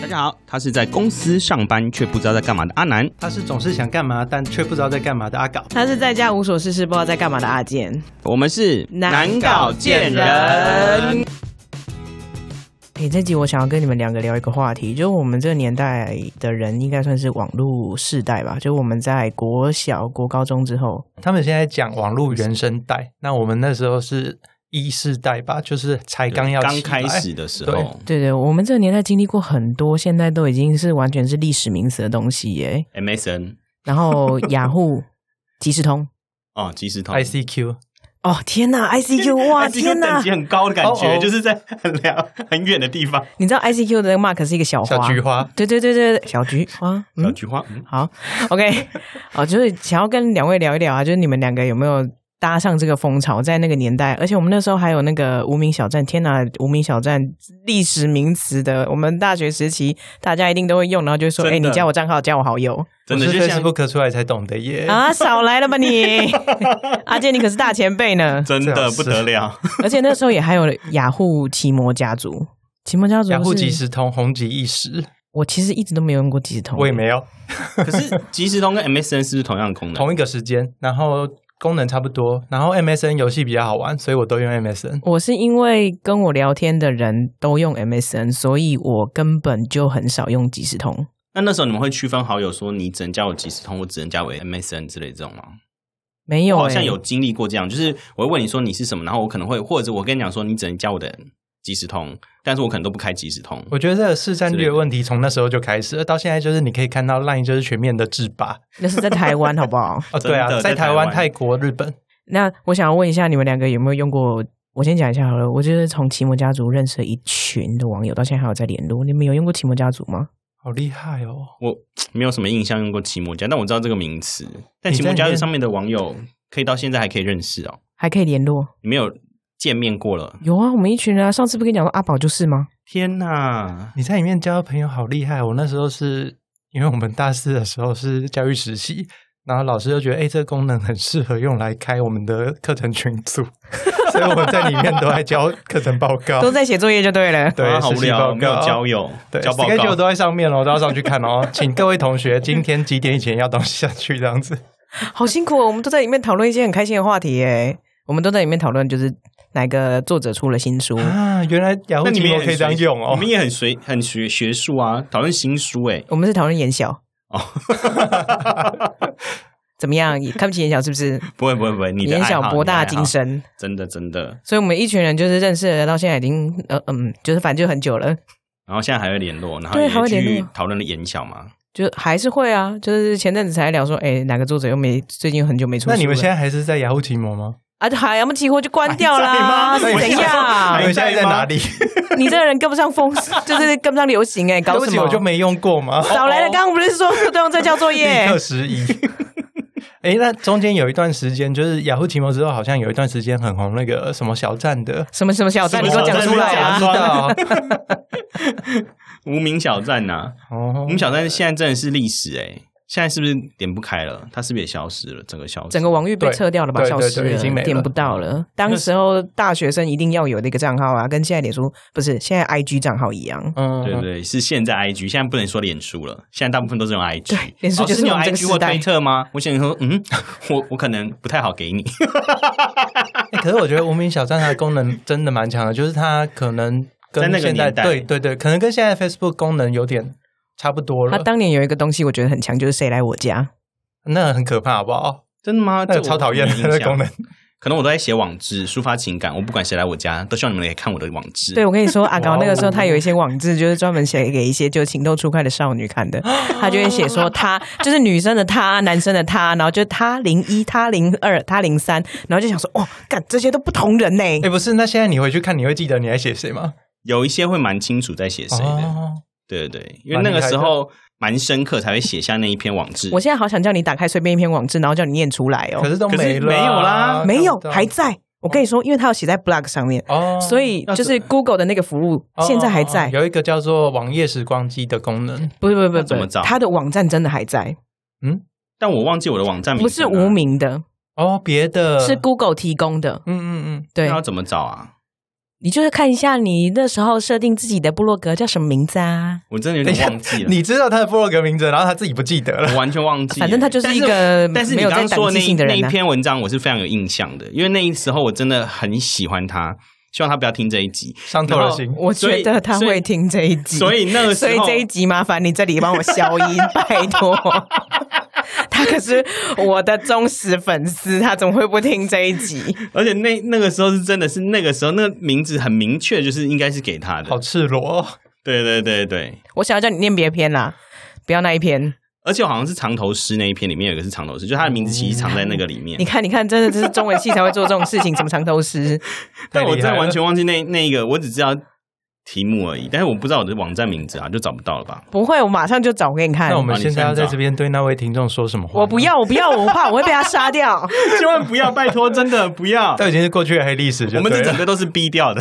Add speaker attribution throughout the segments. Speaker 1: 大家好，他是在公司上班却不知道在干嘛的阿南。
Speaker 2: 他是总是想干嘛，但却不知道在干嘛的阿搞。
Speaker 3: 他是在家无所事事，不知道在干嘛的阿健。
Speaker 1: 我们是
Speaker 3: 难搞贱人。哎、这集我想要跟你们两个聊一个话题，就是我们这个年代的人应该算是网络世代吧，就我们在国小、国高中之后，
Speaker 2: 他们现在讲网络原生代，那我们那时候是一世代吧，就是才刚要
Speaker 1: 刚
Speaker 2: 起
Speaker 1: 开
Speaker 2: 来
Speaker 1: 始。的时
Speaker 2: 对
Speaker 1: 候
Speaker 3: 对对，我们这个年代经历过很多，现在都已经是完全是历史名词的东西耶。
Speaker 1: 哎，MSN
Speaker 3: 然 后雅虎、即时通，
Speaker 1: 哦，即时通
Speaker 2: 哎 ICQ
Speaker 3: 哦天呐 i c q 哇
Speaker 1: ICQ
Speaker 3: 天呐
Speaker 1: 等级！很高的感觉，
Speaker 2: 哦哦
Speaker 1: 就是在很聊 很远的地方。
Speaker 3: 你知道 ICQ 的 mark 是一个
Speaker 1: 啊
Speaker 3: 小花，
Speaker 2: 小菊花，
Speaker 3: 对对对对，小菊花，
Speaker 1: 小
Speaker 3: 嗯，
Speaker 1: 菊花，嗯
Speaker 3: 好，OK，哦，就是想要跟两位聊一聊啊，就是你们两个有没有搭上这个风潮，在那个年代，而且我们那时候还有那个无名小站，天哪，无名小站历史名词的，我们大学时期大家一定都会用，然后就说，
Speaker 1: 真
Speaker 3: 哎、
Speaker 1: 的
Speaker 3: 你加我账号，加我好友
Speaker 1: 真的
Speaker 2: 我是
Speaker 1: 就像
Speaker 2: Facebook 出来才懂的耶。
Speaker 3: 啊，少来了 吧你，阿健，你可是大前辈呢，
Speaker 1: 真
Speaker 2: 最
Speaker 1: 的
Speaker 2: 好是
Speaker 1: 不得了。
Speaker 3: 而且那时候也还有雅虎奇摩家族，奇摩家族，
Speaker 2: 雅虎即，时通红极一时，
Speaker 3: 我其实一直都没有用过即时
Speaker 1: 哦
Speaker 3: 通，
Speaker 2: 我也没有
Speaker 1: 可是即时通跟 MSN 是不是同样的功能？
Speaker 2: 同一个时间，然后功能差不多，然后 MSN 游戏比较好玩，所以我都用 MSN。
Speaker 3: 我是因为跟我聊天的人都用 MSN，所以我根本就很少用即时通。
Speaker 1: 那那时候你们会区分好友，说你只能加我即时通，我只能加我 MSN 之类这种吗？
Speaker 3: 没有、
Speaker 1: 我
Speaker 3: 欸，
Speaker 1: 好像有经历过这样，就是我会问你说你是什么，然后我可能会或者我跟你讲说你只能加我的即时通，但是我可能都不开即时通。
Speaker 2: 我觉得这个市占率的问题从那时候就开始了，到现在就是你可以看到 LINE 就是全面的制霸
Speaker 3: 那是在台湾，好不 好？
Speaker 2: 哦，对
Speaker 1: 真
Speaker 2: 啊，
Speaker 1: 的
Speaker 2: 在
Speaker 1: 在台
Speaker 2: 台湾、
Speaker 1: 湾
Speaker 2: 泰国、日本，
Speaker 3: 那我想要问一下，你们两个有没有用过？我先讲一下好了，我就是从奇摩家族认识了一群的网友，到现在还有在联络。你们有用过奇摩家族吗？
Speaker 2: 好厉害哦！
Speaker 1: 我没有什么印象用过奇摩家，但我知道这个名词。但
Speaker 2: 你
Speaker 1: 奇摩
Speaker 2: 在
Speaker 1: 家
Speaker 2: 里
Speaker 1: 是
Speaker 2: 面
Speaker 1: 上面的网友，可以到现在还可以认识哦。
Speaker 3: 还可以联络？
Speaker 1: 你没有见面过了？
Speaker 3: 有啊，我们一群人啊。上次不跟你讲说阿宝就是吗？
Speaker 1: 天哪！
Speaker 2: 你在里面交的朋友好厉害！我那时候是因为我们大四的时候是教育实习，然后老师就觉得，哎、这个功能很适合用来开我们的课程群组， 所以我们在里面都在交课程报告
Speaker 3: 都，在写作业就对了。
Speaker 2: 对，
Speaker 1: 啊好
Speaker 2: 实
Speaker 1: 无
Speaker 2: 习
Speaker 1: 聊，
Speaker 2: 报
Speaker 1: 没有
Speaker 2: 告哦
Speaker 1: 交。友，
Speaker 2: 对
Speaker 1: 交报告
Speaker 2: ，schedule 都在上面了，我都要上去看哦。请各位同学，今天几点以前要东西下去，这 样子。
Speaker 3: 好辛苦哦，我们都在里面讨论一些很开心的话题耶。我们都在里面讨论，就是哪个作者出了新书，
Speaker 2: 啊，原来雅虎
Speaker 1: 嗯那你
Speaker 2: 奇
Speaker 1: 们也
Speaker 2: 摩
Speaker 1: 很
Speaker 2: 可以这样
Speaker 1: 学
Speaker 2: 用哦
Speaker 1: 你。们也很学很学学术啊，讨论新书哎、
Speaker 3: 我们是讨论眼小
Speaker 1: 哦，
Speaker 3: 怎么样？也看不起眼小是不是？
Speaker 1: 不会不会不会，你的
Speaker 3: 眼小
Speaker 1: 爱好
Speaker 3: 博大精，
Speaker 1: 你的爱
Speaker 3: 深，
Speaker 1: 好真的真的。
Speaker 3: 所以我们一群人就是认识了，到现在已经呃嗯，就是反正就很久了，
Speaker 1: 然后现在还会联络，然后
Speaker 3: 对
Speaker 1: 也
Speaker 3: 还会联
Speaker 1: 去
Speaker 3: 络
Speaker 1: 讨论了演小嘛。
Speaker 3: 就还是会啊，就是前阵子才聊说，哎，哪个作者又没最近很久没出书
Speaker 2: 那
Speaker 3: 了，
Speaker 2: 你们现在还是在雅虎奇摩吗？
Speaker 3: 啊，就海洋期货就关掉
Speaker 1: 还
Speaker 3: 啦，是
Speaker 1: 在
Speaker 2: 吗哎
Speaker 3: 怎
Speaker 1: 还
Speaker 2: 啊你
Speaker 3: 样？
Speaker 2: 们现在在哪里？
Speaker 3: 你这个人跟不 上风，就是跟不上流行哎，
Speaker 2: 对
Speaker 3: 搞
Speaker 2: 不
Speaker 3: 什
Speaker 2: 起，
Speaker 3: 么？
Speaker 2: 我就没用过吗？
Speaker 3: 少来了，刚刚不是说不用再交作业
Speaker 2: 立刻失忆。哎、那中间有一段时间，就是雅虎奇摩之后，好像有一段时间很红那个什么小站的，
Speaker 3: 什么什么小站，你
Speaker 1: 什
Speaker 3: 给
Speaker 1: 么
Speaker 3: 我讲
Speaker 1: 小
Speaker 3: 出来
Speaker 1: 站
Speaker 3: 啊！
Speaker 1: 没有
Speaker 2: 啊！
Speaker 1: 无名小站呐、啊，
Speaker 2: 哦
Speaker 1: 无，名小站现在真的是历史哎、现在是不是点不开了？它是不是也消失了？整个消失，
Speaker 3: 整个网域被
Speaker 2: 对
Speaker 3: 撤掉了吧？
Speaker 2: 对
Speaker 3: 消
Speaker 2: 对
Speaker 3: 失
Speaker 2: 对
Speaker 3: 了，
Speaker 2: 已经没了
Speaker 3: 点不到了。当时候大学生一定要有的一个账号啊，跟现在脸书不是现在 IG 账号一样。
Speaker 2: 嗯
Speaker 1: 对对，是现在 IG，现在不能说脸书了，现在大部分都是用 IG。对
Speaker 3: 脸
Speaker 2: 哦
Speaker 3: 书就是
Speaker 1: 你有
Speaker 3: 我们这个
Speaker 1: IG 或
Speaker 3: 时代
Speaker 1: 推特吗？我想说，嗯，我我可能不太好给你。
Speaker 2: 诶可是我觉得无名小站它的功能真的蛮强的，就是它可能跟
Speaker 1: 在那个
Speaker 2: 现在
Speaker 1: 年代
Speaker 2: 对对对，可能跟现在 Facebook 功能有点差不多
Speaker 3: 他
Speaker 2: 了。
Speaker 3: 当年有一个东西，我觉得很强，就是谁来我
Speaker 2: 嗯
Speaker 3: 家。
Speaker 2: 那很可怕，好不好？
Speaker 1: 真的吗？
Speaker 2: 那
Speaker 1: 这
Speaker 2: 个超讨厌
Speaker 1: 我
Speaker 2: 的
Speaker 1: 没印
Speaker 2: 那个
Speaker 1: 象
Speaker 2: 功能。
Speaker 1: 可能我都在写网志抒发情感，我不管谁来我家，都希望你们来看我的网志。
Speaker 3: 对，我跟你说，阿
Speaker 2: 哇
Speaker 3: 高
Speaker 2: 哦
Speaker 3: 那个时候他有一些网志，就是专门写给一些就情窦初开的少女 看的。他就会写说他就是女生的他，男生的他，然后就他零一，他零二，他零三，然后就想说，哦，干这些都不同人呢、
Speaker 2: 哎、不是，那现在你回去看，你会记得你还写谁吗？
Speaker 1: 有一些会蛮清楚在写谁的，
Speaker 2: 哦，
Speaker 1: 对对对，因为那个时候蛮深刻，才会写下那一篇网志。
Speaker 3: 我现在好想叫你打开随便一篇网志，然后叫你念出来哦。
Speaker 2: 可是都
Speaker 1: 可是
Speaker 2: 没了啊，
Speaker 1: 没有啦
Speaker 3: 没有
Speaker 2: 看不，到
Speaker 3: 还在。我跟你说，因为它有写在 blog 上面，
Speaker 2: 哦，
Speaker 3: 所以就是 Google 的那个服务
Speaker 2: 哦
Speaker 3: 现在还在。
Speaker 2: 有一个叫做网页时光机的功能。
Speaker 3: 不是不是不是
Speaker 1: 那怎么
Speaker 3: 不是
Speaker 1: 找
Speaker 3: 它的网站真的还在，
Speaker 1: 但我忘记我的网站名
Speaker 3: 不
Speaker 1: 称
Speaker 3: 是
Speaker 1: 了
Speaker 3: 无，名的，
Speaker 2: 哦，别的
Speaker 3: 是 Google 提供的。
Speaker 2: 嗯嗯嗯，
Speaker 3: 对
Speaker 1: 那要怎么找啊？
Speaker 3: 你就是看一下你那时候设定自己的部落格叫什么名字啊？
Speaker 1: 我真的有
Speaker 2: 等一
Speaker 1: 点
Speaker 2: 下
Speaker 1: 忘记，了，
Speaker 2: 你知道他的部落格名字，然后他自己不记得了
Speaker 1: 我。完全忘记了。
Speaker 3: 反正他就是一个
Speaker 1: 但是但是
Speaker 3: 没
Speaker 1: 你
Speaker 3: 有
Speaker 1: 刚
Speaker 3: 在
Speaker 1: 刚说
Speaker 3: 党纪
Speaker 1: 那一
Speaker 3: 性的人啊
Speaker 1: 那一篇文章，我是非常有印象的，因为那时候我真的很喜欢他，希望他不要听这一集。
Speaker 2: 伤透了心
Speaker 1: 然，后
Speaker 3: 我觉得他会听这一集，
Speaker 1: 所以那个时
Speaker 3: 所
Speaker 1: 候
Speaker 3: 以这一集麻烦你这里帮我消音，拜托。他可是我的忠实粉丝，他怎么会不听这一集？
Speaker 1: 而且那那个时候是真的是那个时候那个名字很明确，就是应该是给他
Speaker 2: 好
Speaker 1: 的。
Speaker 2: 赤裸哦。
Speaker 1: 对对对对，
Speaker 3: 我想要叫你念别篇啦， 不要那一篇。
Speaker 1: 而且好像是藏头诗那一篇里面有一个是藏头诗，就他的名字其实藏在那个里面
Speaker 3: 你。看，你看，真的这是中文系才会做这种事情，什么长头诗？
Speaker 1: 但我真
Speaker 2: 太厉害
Speaker 1: 的
Speaker 2: 了
Speaker 1: 完全忘记那那一个，我只知道题目而已，但是我不知道我的网站名字啊，就找不到了吧？
Speaker 3: 不会，我马上就找给你看
Speaker 2: 那。我们
Speaker 1: 好你
Speaker 2: 现在
Speaker 1: 先
Speaker 2: 要在
Speaker 1: 找
Speaker 2: 这边对那位听众说什么话？
Speaker 3: 我不，要， 我不要，我怕我会被他杀掉。
Speaker 1: 千万不要，拜托，真的不要。
Speaker 2: 都已经是过去的黑历史就
Speaker 1: 我
Speaker 2: 对
Speaker 1: 们
Speaker 2: 了，
Speaker 1: 这整个都是逼掉 的。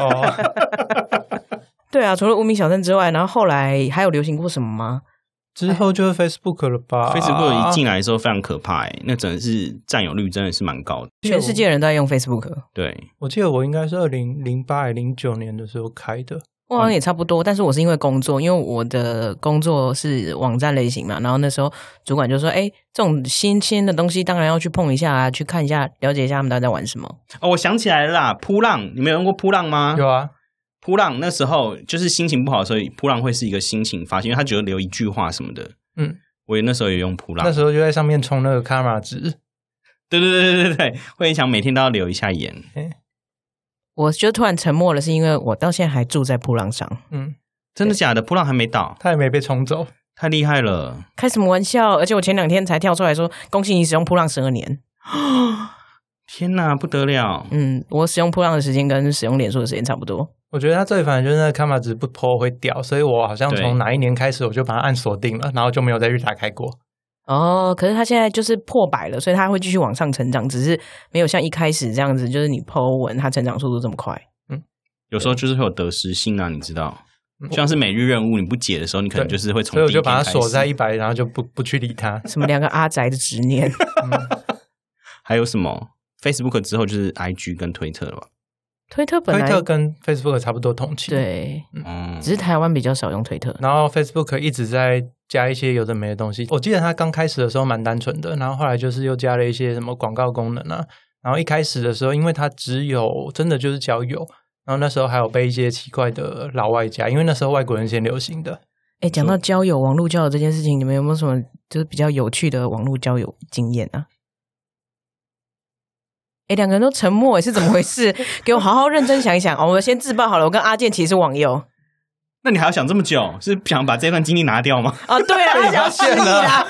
Speaker 2: 哦，
Speaker 3: 对啊，除了无名小镇之外，然后后来还有流行过什么吗？
Speaker 2: 之后就是 Facebook 了吧啊
Speaker 1: Facebook 一进来的时候非常可怕、欸，那真的是占有率真的是蛮高的。
Speaker 3: 全世界的人都在用 Facebook，
Speaker 1: 对，
Speaker 2: 我记得我应该是二零零八还零九年的时候开的，
Speaker 3: 我好像也差不多，但是我是因为工作，因为我的工作是网站类型嘛，然后那时候主管就说：“哎，这种新鲜的东西当然要去碰一下啊，去看一下，了解一下他们到底在玩什么。
Speaker 1: 哦，我想起来了啦，扑浪，你们有用过扑浪吗？
Speaker 2: 有啊，
Speaker 1: 扑浪那时候就是心情不好的时候，扑浪会是一个心情发泄，因为他只有留一句话什么的。
Speaker 2: 嗯，
Speaker 1: 我也那时候也用扑浪
Speaker 2: 那，时候就在上面冲那个 c a m a 值，
Speaker 1: 对对对对对对，会想每天都要留一下言。
Speaker 3: 我就突然沉默了，是因为我到现在还住在扑浪上，
Speaker 2: 嗯，
Speaker 1: 真的假的？扑浪还没倒，
Speaker 2: 他也没被冲走，
Speaker 1: 太厉害了！
Speaker 3: 开什么玩笑？而且我前两天才跳出来说：“恭喜你使用扑浪十二年。”
Speaker 1: 天哪，不得了！
Speaker 3: 嗯，我使用扑浪的时间跟使用脸书的时间差不多。
Speaker 2: 我觉得他最烦的就是那个 c a m a 值不破会掉，所以我好像
Speaker 1: 对
Speaker 2: 从哪一年开始我就把它按锁定了，然后就没有再去打开过。
Speaker 3: 哦，可是它现在就是破百了，所以它会继续往上成长，只是没有像一开始这样子，就是你 Po 文它成长速度这么快。
Speaker 1: 有时候就是会有得失心啊，你知道，
Speaker 2: 嗯
Speaker 1: 就像是每日任务，你不解的时候，你可能
Speaker 2: 对
Speaker 1: 就是会从
Speaker 2: 所以我
Speaker 1: 第一
Speaker 2: 就把它
Speaker 1: 天开
Speaker 2: 锁
Speaker 1: 始
Speaker 2: 在一百，然后就不不去理它。
Speaker 3: 什么两个阿宅的执念，
Speaker 1: 还有什么 Facebook 之后就是 IG 跟推特了吧？
Speaker 3: 推特本
Speaker 2: 推
Speaker 3: 来
Speaker 2: 特跟 Facebook 差不多同期，。
Speaker 3: 对，
Speaker 1: 嗯，
Speaker 3: 只是台湾比较少用推特。
Speaker 2: 然后 Facebook 一直在加一些有的没的东西。我记得它刚开始的时候蛮单纯的，然后后来就是又加了一些什么广告功能啊。然后一开始的时候，因为它只有真的就是交友，然后那时候还有被一些奇怪的老外加，因为那时候外国人先流行的。
Speaker 3: 哎，讲到交友、网络交友这件事情，你们有没有什么就是比较有趣的网络交友经验啊？哎，两个人都沉默，是怎么回事？给我好好认真想一想。哦，我先自爆好了，我跟阿健其实是网友。
Speaker 1: 那你还要想这么久？是想把这段经历拿掉 吗？
Speaker 3: 哦，对了，他想失忆了啊！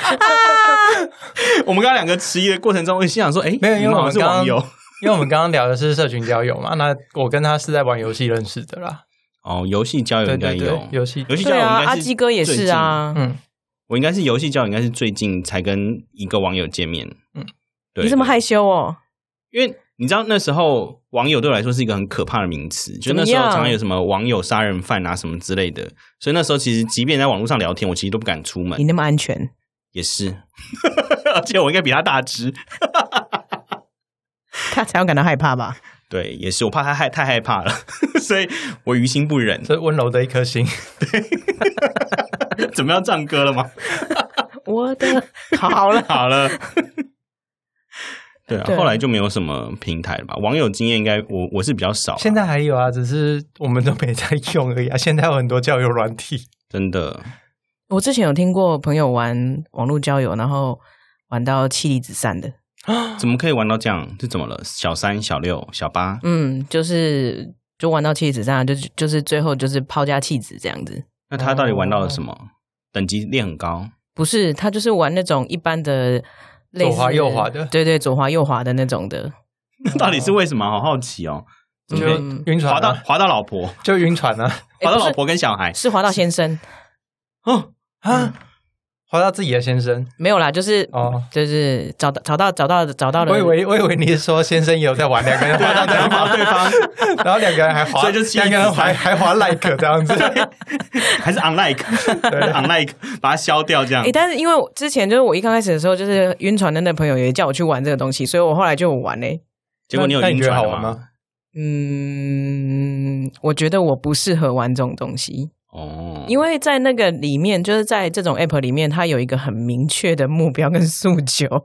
Speaker 1: 我们刚刚两个迟疑的过程中，我心想说，哎、
Speaker 2: 没有因为
Speaker 1: 你们
Speaker 2: 我
Speaker 1: 好
Speaker 2: 们
Speaker 1: 像是网友
Speaker 2: 刚因为我们刚刚聊的是社群交友嘛，那我跟他是在玩游戏认识 的啦。
Speaker 1: 哦，游戏交友
Speaker 2: 对
Speaker 1: 应该
Speaker 2: 对
Speaker 1: 有，
Speaker 2: 对，游戏，
Speaker 1: 游戏交
Speaker 3: 对
Speaker 1: 友
Speaker 3: 啊，
Speaker 1: 应该是
Speaker 3: 阿基哥也是啊。
Speaker 2: 嗯，
Speaker 1: 最近，我应该是游戏交友应该是最近才跟一个网友见面。
Speaker 2: 嗯
Speaker 1: 嗯，对，
Speaker 3: 你这么害羞哦？
Speaker 1: 因为你知道那时候网友对我来说是一个很可怕的名词，就
Speaker 3: 怎么
Speaker 1: 那
Speaker 3: 样
Speaker 1: 时候常常有什么网友杀人犯啊什么之类的，所以那时候其实即便在网络上聊天，我其实都不敢出
Speaker 3: 你
Speaker 1: 门，
Speaker 3: 那么安全？
Speaker 1: 也 是，而且我应该比他大只，
Speaker 3: 他才要感到害怕吧？
Speaker 1: 对，也是，我怕他害太害怕了， 所以我于心不忍。
Speaker 2: 这温柔的一颗心。
Speaker 1: 怎么要唱歌了吗？
Speaker 3: 我的好了，
Speaker 1: 好了，对啊，
Speaker 3: 对
Speaker 1: 后来就没有什么平台了吧？网友经验应该我我是比较少啊、
Speaker 2: 现在还有啊，只是我们都没在用而已啊。现在有很多交友软体，
Speaker 1: 真的
Speaker 3: 我之前有听过朋友玩网络交友，然后玩到妻离子散的。
Speaker 1: 怎么可以玩到这样？是怎么了？小三、小六、小八，
Speaker 3: 嗯，就是就玩到妻离子啊散，就就是最后就是抛家弃子这样子。
Speaker 1: 那他到底玩到了什么？等级练很高，
Speaker 3: 不是，他就是玩那种一般的类
Speaker 2: 左
Speaker 3: 似，
Speaker 2: 滑右滑的
Speaker 3: 对对，左滑右滑的那种的。
Speaker 1: 那 到底是为什么？好好奇哦。怎
Speaker 2: 就
Speaker 1: 么可以
Speaker 3: 嗯
Speaker 2: 晕船
Speaker 1: 滑到
Speaker 2: 啊，
Speaker 1: 滑到老婆，
Speaker 2: 就晕船啊。
Speaker 1: 滑到
Speaker 3: 不是
Speaker 1: 老婆跟小孩
Speaker 3: 是滑到先生，
Speaker 1: 哦，
Speaker 2: 啊，滑到自己的先生
Speaker 3: 没有啦，就是
Speaker 1: 嗯
Speaker 2: 哦。
Speaker 3: 就是找到找到找到找到了，
Speaker 2: 我以为我以为你是说先生也有在玩，两个人滑到对方，
Speaker 1: 对方
Speaker 2: 然后两个人还滑，
Speaker 1: 所以就妻离
Speaker 2: 两
Speaker 1: 子散
Speaker 2: 个人还还滑 like 这 样子，
Speaker 1: 还是 unlike unlike 把它消掉这样
Speaker 3: 诶，。但是因为我之前就是我一刚开始的时候，就是晕船的那朋友也叫我去玩这个东西，所以我后来就有玩嘞、
Speaker 1: 结果你有
Speaker 2: 那那
Speaker 1: 晕
Speaker 2: 觉得
Speaker 1: 船
Speaker 2: 好
Speaker 1: 了
Speaker 2: 玩？吗？
Speaker 3: 嗯，我觉得我不适合玩这种东西，
Speaker 1: 哦，
Speaker 3: 因为在那个里面，就是在这种 app 里面，它有一个很明确的目标跟诉求，
Speaker 1: 哦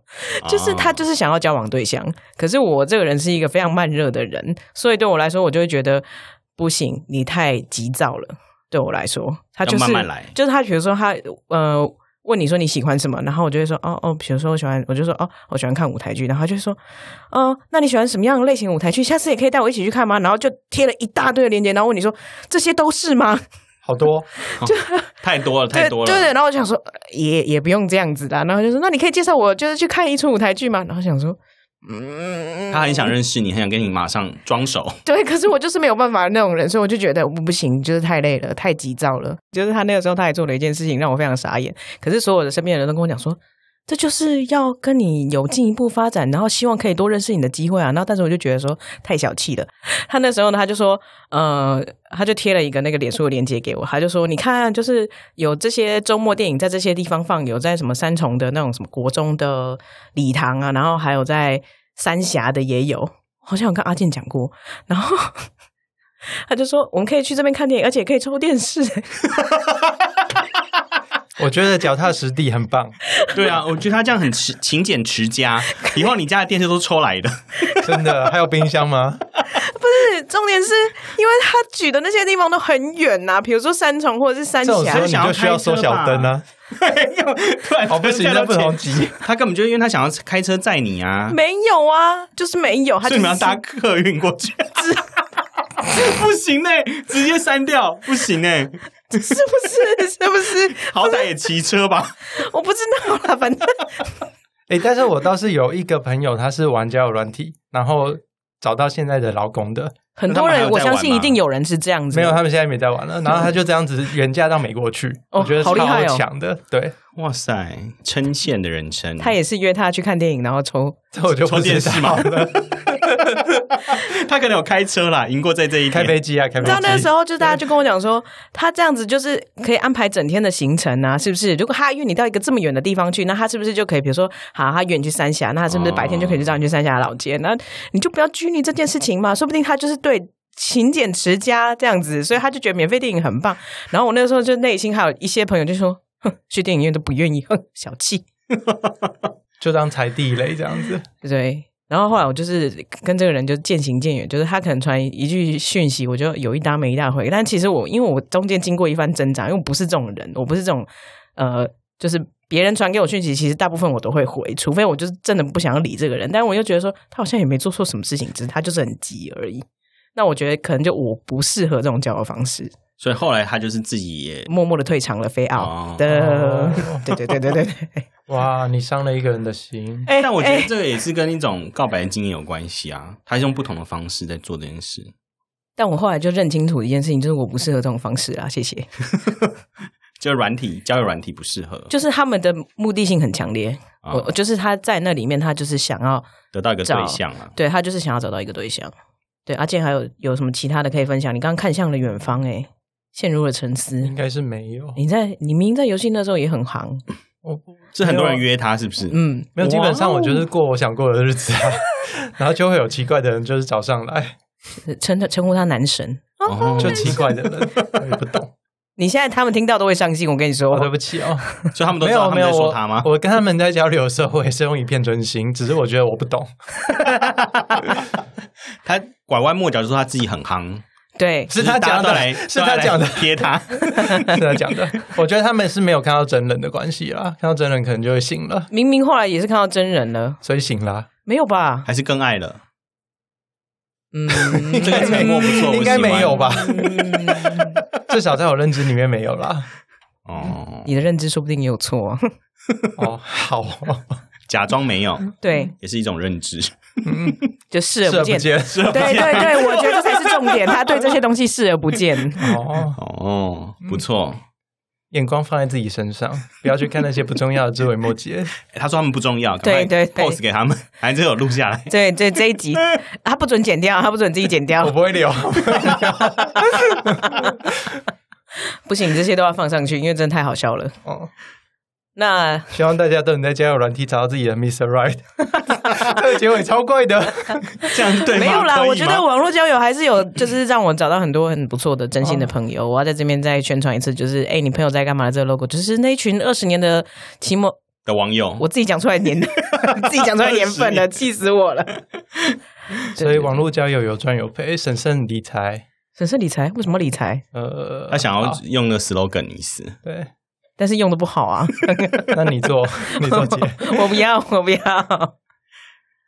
Speaker 3: 就是
Speaker 1: 啊
Speaker 3: 他就是想要交往对象。可是我这个人是一个非常慢热的人，所以对我来说，我就会觉得不行，你太急躁了。对我来说，他就是
Speaker 1: 要慢慢来
Speaker 3: 就是他比如说他呃问你说你喜欢什么，然后我就会说哦哦，比如说我喜欢，我就说哦我喜欢看舞台剧，然后他就说哦那你喜欢什么样的类型的舞台剧？下次也可以带我一起去看吗？然后就贴了一大堆的链接，然后问你说这些都是吗？
Speaker 2: 好多
Speaker 1: 太多了，
Speaker 3: 对
Speaker 1: 太多了，
Speaker 3: 对对，然后我就想说，呃也也不用这样子啦。然后就说，那你可以介绍我就是去看一出舞台剧吗？然后想说，嗯，
Speaker 1: 他很想认识你，很想跟你马上装 熟。
Speaker 3: 对，可是我就是没有办法那种人，所以我就觉得我不行，就是太累了，太急躁了。就是他那个时候，他也做了一件事情让我非常傻眼。可是所有的身边的人都跟我讲说，这就是要跟你有进一步发展，然后希望可以多认识你的机会啊。然后，但是我就觉得说太小气了。他那时候呢，他就说，呃，他就贴了一个那个脸书的链接给我，他就说，你看，就是有这些周末电影在这些地方放，有在什么三重的那种什么国中的礼堂啊，然后还有在三峡的也有。好像有跟阿健讲过，然后 他就说我们可以去这边看电影，而且可以抽电 视。
Speaker 2: 我觉得脚踏实地很棒，
Speaker 1: 对啊，我觉得他这样很勤勤俭持 家，以后你家的电视都是抽来的。
Speaker 2: 真的。还有冰箱 吗？
Speaker 3: 是重点是因为他举的那些地方都很远呐、比如说三重或者是三
Speaker 2: 这种时
Speaker 3: 峡
Speaker 2: 候。你就需要缩小灯 啊！
Speaker 1: 哎突然
Speaker 2: 哦，不行，那不同级。
Speaker 1: 他根本就因为他想要开车载你啊，
Speaker 3: 没有啊，就是没有，
Speaker 1: 所
Speaker 3: 他就
Speaker 1: 以
Speaker 3: 是
Speaker 1: 你们要搭客运过去。 不行呢、欸直接删掉，不行呢、欸
Speaker 3: 是不是？ 是不是？
Speaker 1: 好歹也骑车吧。
Speaker 3: 我不知道啦，反正
Speaker 2: 哎、但是我倒是有一个朋友，他是玩交友软体，然后找到现在的老公的，
Speaker 3: 很多
Speaker 1: 那他们还
Speaker 3: 人
Speaker 1: 有在
Speaker 3: 我
Speaker 1: 玩吗
Speaker 3: 相信一定有人是这样子。
Speaker 2: 没有，他们现在没在玩了。然后他就这样子远嫁到美国去，
Speaker 3: 哦
Speaker 2: 我觉得
Speaker 3: 好
Speaker 2: 超
Speaker 3: 厉害哦
Speaker 2: 强的。对，
Speaker 1: 哇塞，称羡的人称，
Speaker 3: 他也是约他去看电影，然后抽。
Speaker 2: 这我就不
Speaker 1: 抽电
Speaker 2: 知
Speaker 1: 视
Speaker 2: 道
Speaker 1: 嘛
Speaker 2: 了。
Speaker 1: 他可能有开车啦，赢过在这一
Speaker 2: 开
Speaker 1: 天。
Speaker 2: 飞机啊，开
Speaker 3: 你
Speaker 2: 飞
Speaker 3: 知
Speaker 2: 机
Speaker 3: 道。那时候就大家就跟我讲说，他这样子就是可以安排整天的行程啊，是不是？如果他约你到一个这么远的地方去，那他是不是就可以，比如说，好，他约你去三峡，那他是不是白天就可以去找你去三峡老街？那你就不要拘泥这件事情嘛，说不定他就是对。勤俭持家这样子，所以他就觉得免费电影很棒。然后我那时候就内心还有一些朋友就说：“哼，去电影院都不愿意，哼，小气。”
Speaker 2: 就当踩地雷这样子。
Speaker 3: 对。然后后来我就是跟这个人就渐行渐远，就是他可能传一句讯息，我就有一搭没一搭回。但其实我因为我中间经过一番挣扎，因为我不是这种人，我不是这种呃，就是别人传给我讯息，其实大部分我都会回，除非我就是真的不想要理这个人。但我又觉得说他好像也没做错什么事情，只是他就是很急而已。那我觉得可能就我不适合这种交友方式，
Speaker 1: 所以后来他就是自己也
Speaker 3: 默默的退场了，非
Speaker 1: 哦
Speaker 3: 奥的， 对对对对对对。
Speaker 2: 哇，你伤了一个人的心。
Speaker 3: 哎
Speaker 1: 但我觉得
Speaker 3: 哎
Speaker 1: 这个也是跟一种告白的经验有关系啊，他是用不同的方式在做这件事。
Speaker 3: 但我后来就认清楚一件事情，就是我不适合这种方式啊，谢谢。
Speaker 1: 就软体交友软体不适合，
Speaker 3: 就是他们的目的性很强烈。
Speaker 1: 啊
Speaker 3: 我就是他在那里面，他就是想要，
Speaker 1: 得到一个对象啊。
Speaker 3: 对他就是想要找到一个对象。对，阿健还有有什么其他的可以分享？你刚刚看向了远方、欸，陷入了沉思
Speaker 2: 应。该是没有，
Speaker 3: 你在你明明在游戏那时候也很行，
Speaker 2: 我
Speaker 1: 是很多人约他，是不是？
Speaker 3: 嗯，
Speaker 2: 没有。基本上我就是过我想过的日子啊， 然后就会有奇怪的人就是找上来，
Speaker 3: 哦称称呼他男神。
Speaker 1: 哦，
Speaker 2: 就奇怪的人， 我也不懂。
Speaker 3: 你现在他们听到都会伤心，我跟你说
Speaker 2: 哦，，对不起哦，
Speaker 1: 所以他们都
Speaker 2: 没
Speaker 1: 知道
Speaker 2: 有
Speaker 1: 他
Speaker 2: 没
Speaker 1: 们在
Speaker 2: 有，
Speaker 1: 说他吗？
Speaker 2: 我我跟他们在交流的时候，我也是用一片真心， 只是我觉得我不懂，
Speaker 1: 他拐弯抹角就说他自己很夯，
Speaker 3: 对，
Speaker 2: 是他讲
Speaker 1: 大家都
Speaker 2: 的
Speaker 1: 来，，
Speaker 2: 是
Speaker 1: 都要
Speaker 2: 他
Speaker 1: 来
Speaker 2: 讲的，
Speaker 1: 贴 他。
Speaker 2: 是他讲的。我觉得他们是没有看到真人的关系啦，看到真人可能就会醒了，
Speaker 3: 明明后来也是看到真人了，
Speaker 2: 所以醒啦。
Speaker 3: 没有吧？
Speaker 1: 还是更爱了，
Speaker 3: 嗯，
Speaker 1: 这个沉默不错，我喜欢
Speaker 2: 应该没有吧？
Speaker 3: 嗯
Speaker 2: 至少在我认知里面没有啦。
Speaker 1: 哦，
Speaker 2: 嗯
Speaker 3: 你的认知说不定也有错啊。
Speaker 2: 哦，好哦，
Speaker 1: 假装没有
Speaker 3: 对，
Speaker 1: 也是一种认知，
Speaker 2: 嗯，
Speaker 3: 就视
Speaker 2: 视
Speaker 3: 而不
Speaker 2: 而
Speaker 3: 见
Speaker 2: 不。见。
Speaker 3: 对对对，我觉得这才是重点，他对这些东西视而不见。
Speaker 2: 哦，
Speaker 1: 哦，不错。
Speaker 2: 眼光放在自己身上，不要去看那些不重要的枝微 末节。
Speaker 1: 欸他说他们不重要，
Speaker 3: 对对对
Speaker 1: p o s 给他们， 还真有录下 来。
Speaker 3: 对对，这一 集他不准剪掉，他不准自己剪掉
Speaker 2: 我，不会留，
Speaker 3: 不行，这些都要放上去，因为真的太好笑了。
Speaker 2: 哦，
Speaker 3: 那
Speaker 2: 希望大家都能在交友软体找到自己的 Mr. Right。这个结尾超怪的，
Speaker 1: 这样对吗
Speaker 3: 没有啦，
Speaker 1: 可以
Speaker 3: 我觉得
Speaker 1: 吗
Speaker 3: 网络交友还是有，就是让我找到很多很不错的真心的朋友。我要在这边再宣传一次，就是哎、你朋友在干嘛的这个 logo，就是那一群二十年的期末，
Speaker 1: 的网友，
Speaker 3: 我自己讲出来年， 自己讲出来年份了，气死我了。
Speaker 2: 所以网络交友有赚有赔，审慎理财。
Speaker 3: 审慎理财为什么理财？
Speaker 2: 呃，
Speaker 1: 他想要
Speaker 2: 好
Speaker 1: 用的 slogan 意思，
Speaker 2: 对，
Speaker 3: 但是用的不好 啊，
Speaker 2: 那你 做，你做姐，
Speaker 3: 我不要，我不要。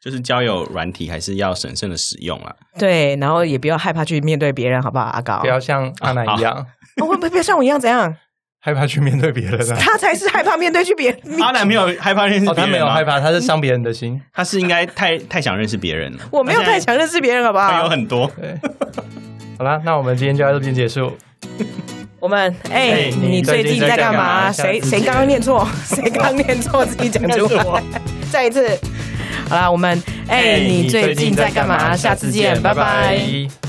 Speaker 1: 就是交友软体还是要审慎的使用啊 啦。
Speaker 3: 对，然后也不要害怕去面对别人，好不好？阿高，
Speaker 2: 不要像阿南一样
Speaker 3: 哦会不会不要像我一样怎样？
Speaker 2: 害怕去面对别 人啊。
Speaker 3: 他才是害怕面对去别人。
Speaker 1: 阿南没有害怕认识
Speaker 2: 哦，
Speaker 1: 别
Speaker 2: 他没
Speaker 1: 人
Speaker 2: 有
Speaker 1: 吗，
Speaker 2: 害怕，他是伤别人 的心。
Speaker 1: 他是应该太太想认识别人了。
Speaker 3: 我没有太想认识别人，好不
Speaker 1: 朋友
Speaker 3: 好？
Speaker 1: 哎很多，
Speaker 2: 对，好啦，那我们今天就到这边结束。
Speaker 3: 我们哎
Speaker 2: 哎，
Speaker 3: 你
Speaker 2: 你
Speaker 3: 最
Speaker 2: 最
Speaker 3: 近
Speaker 2: 近
Speaker 3: 在
Speaker 2: 在
Speaker 3: 干
Speaker 2: 干
Speaker 3: 嘛？
Speaker 2: 嘛
Speaker 3: 谁
Speaker 2: 下次
Speaker 3: 谁刚刚念错？谁刚念错？自己讲出
Speaker 1: 应该是
Speaker 3: 来
Speaker 1: 我。
Speaker 3: 再一次，好啦，我们哎，
Speaker 2: 哎
Speaker 3: 你最近在干嘛？下次见，拜拜。
Speaker 2: 拜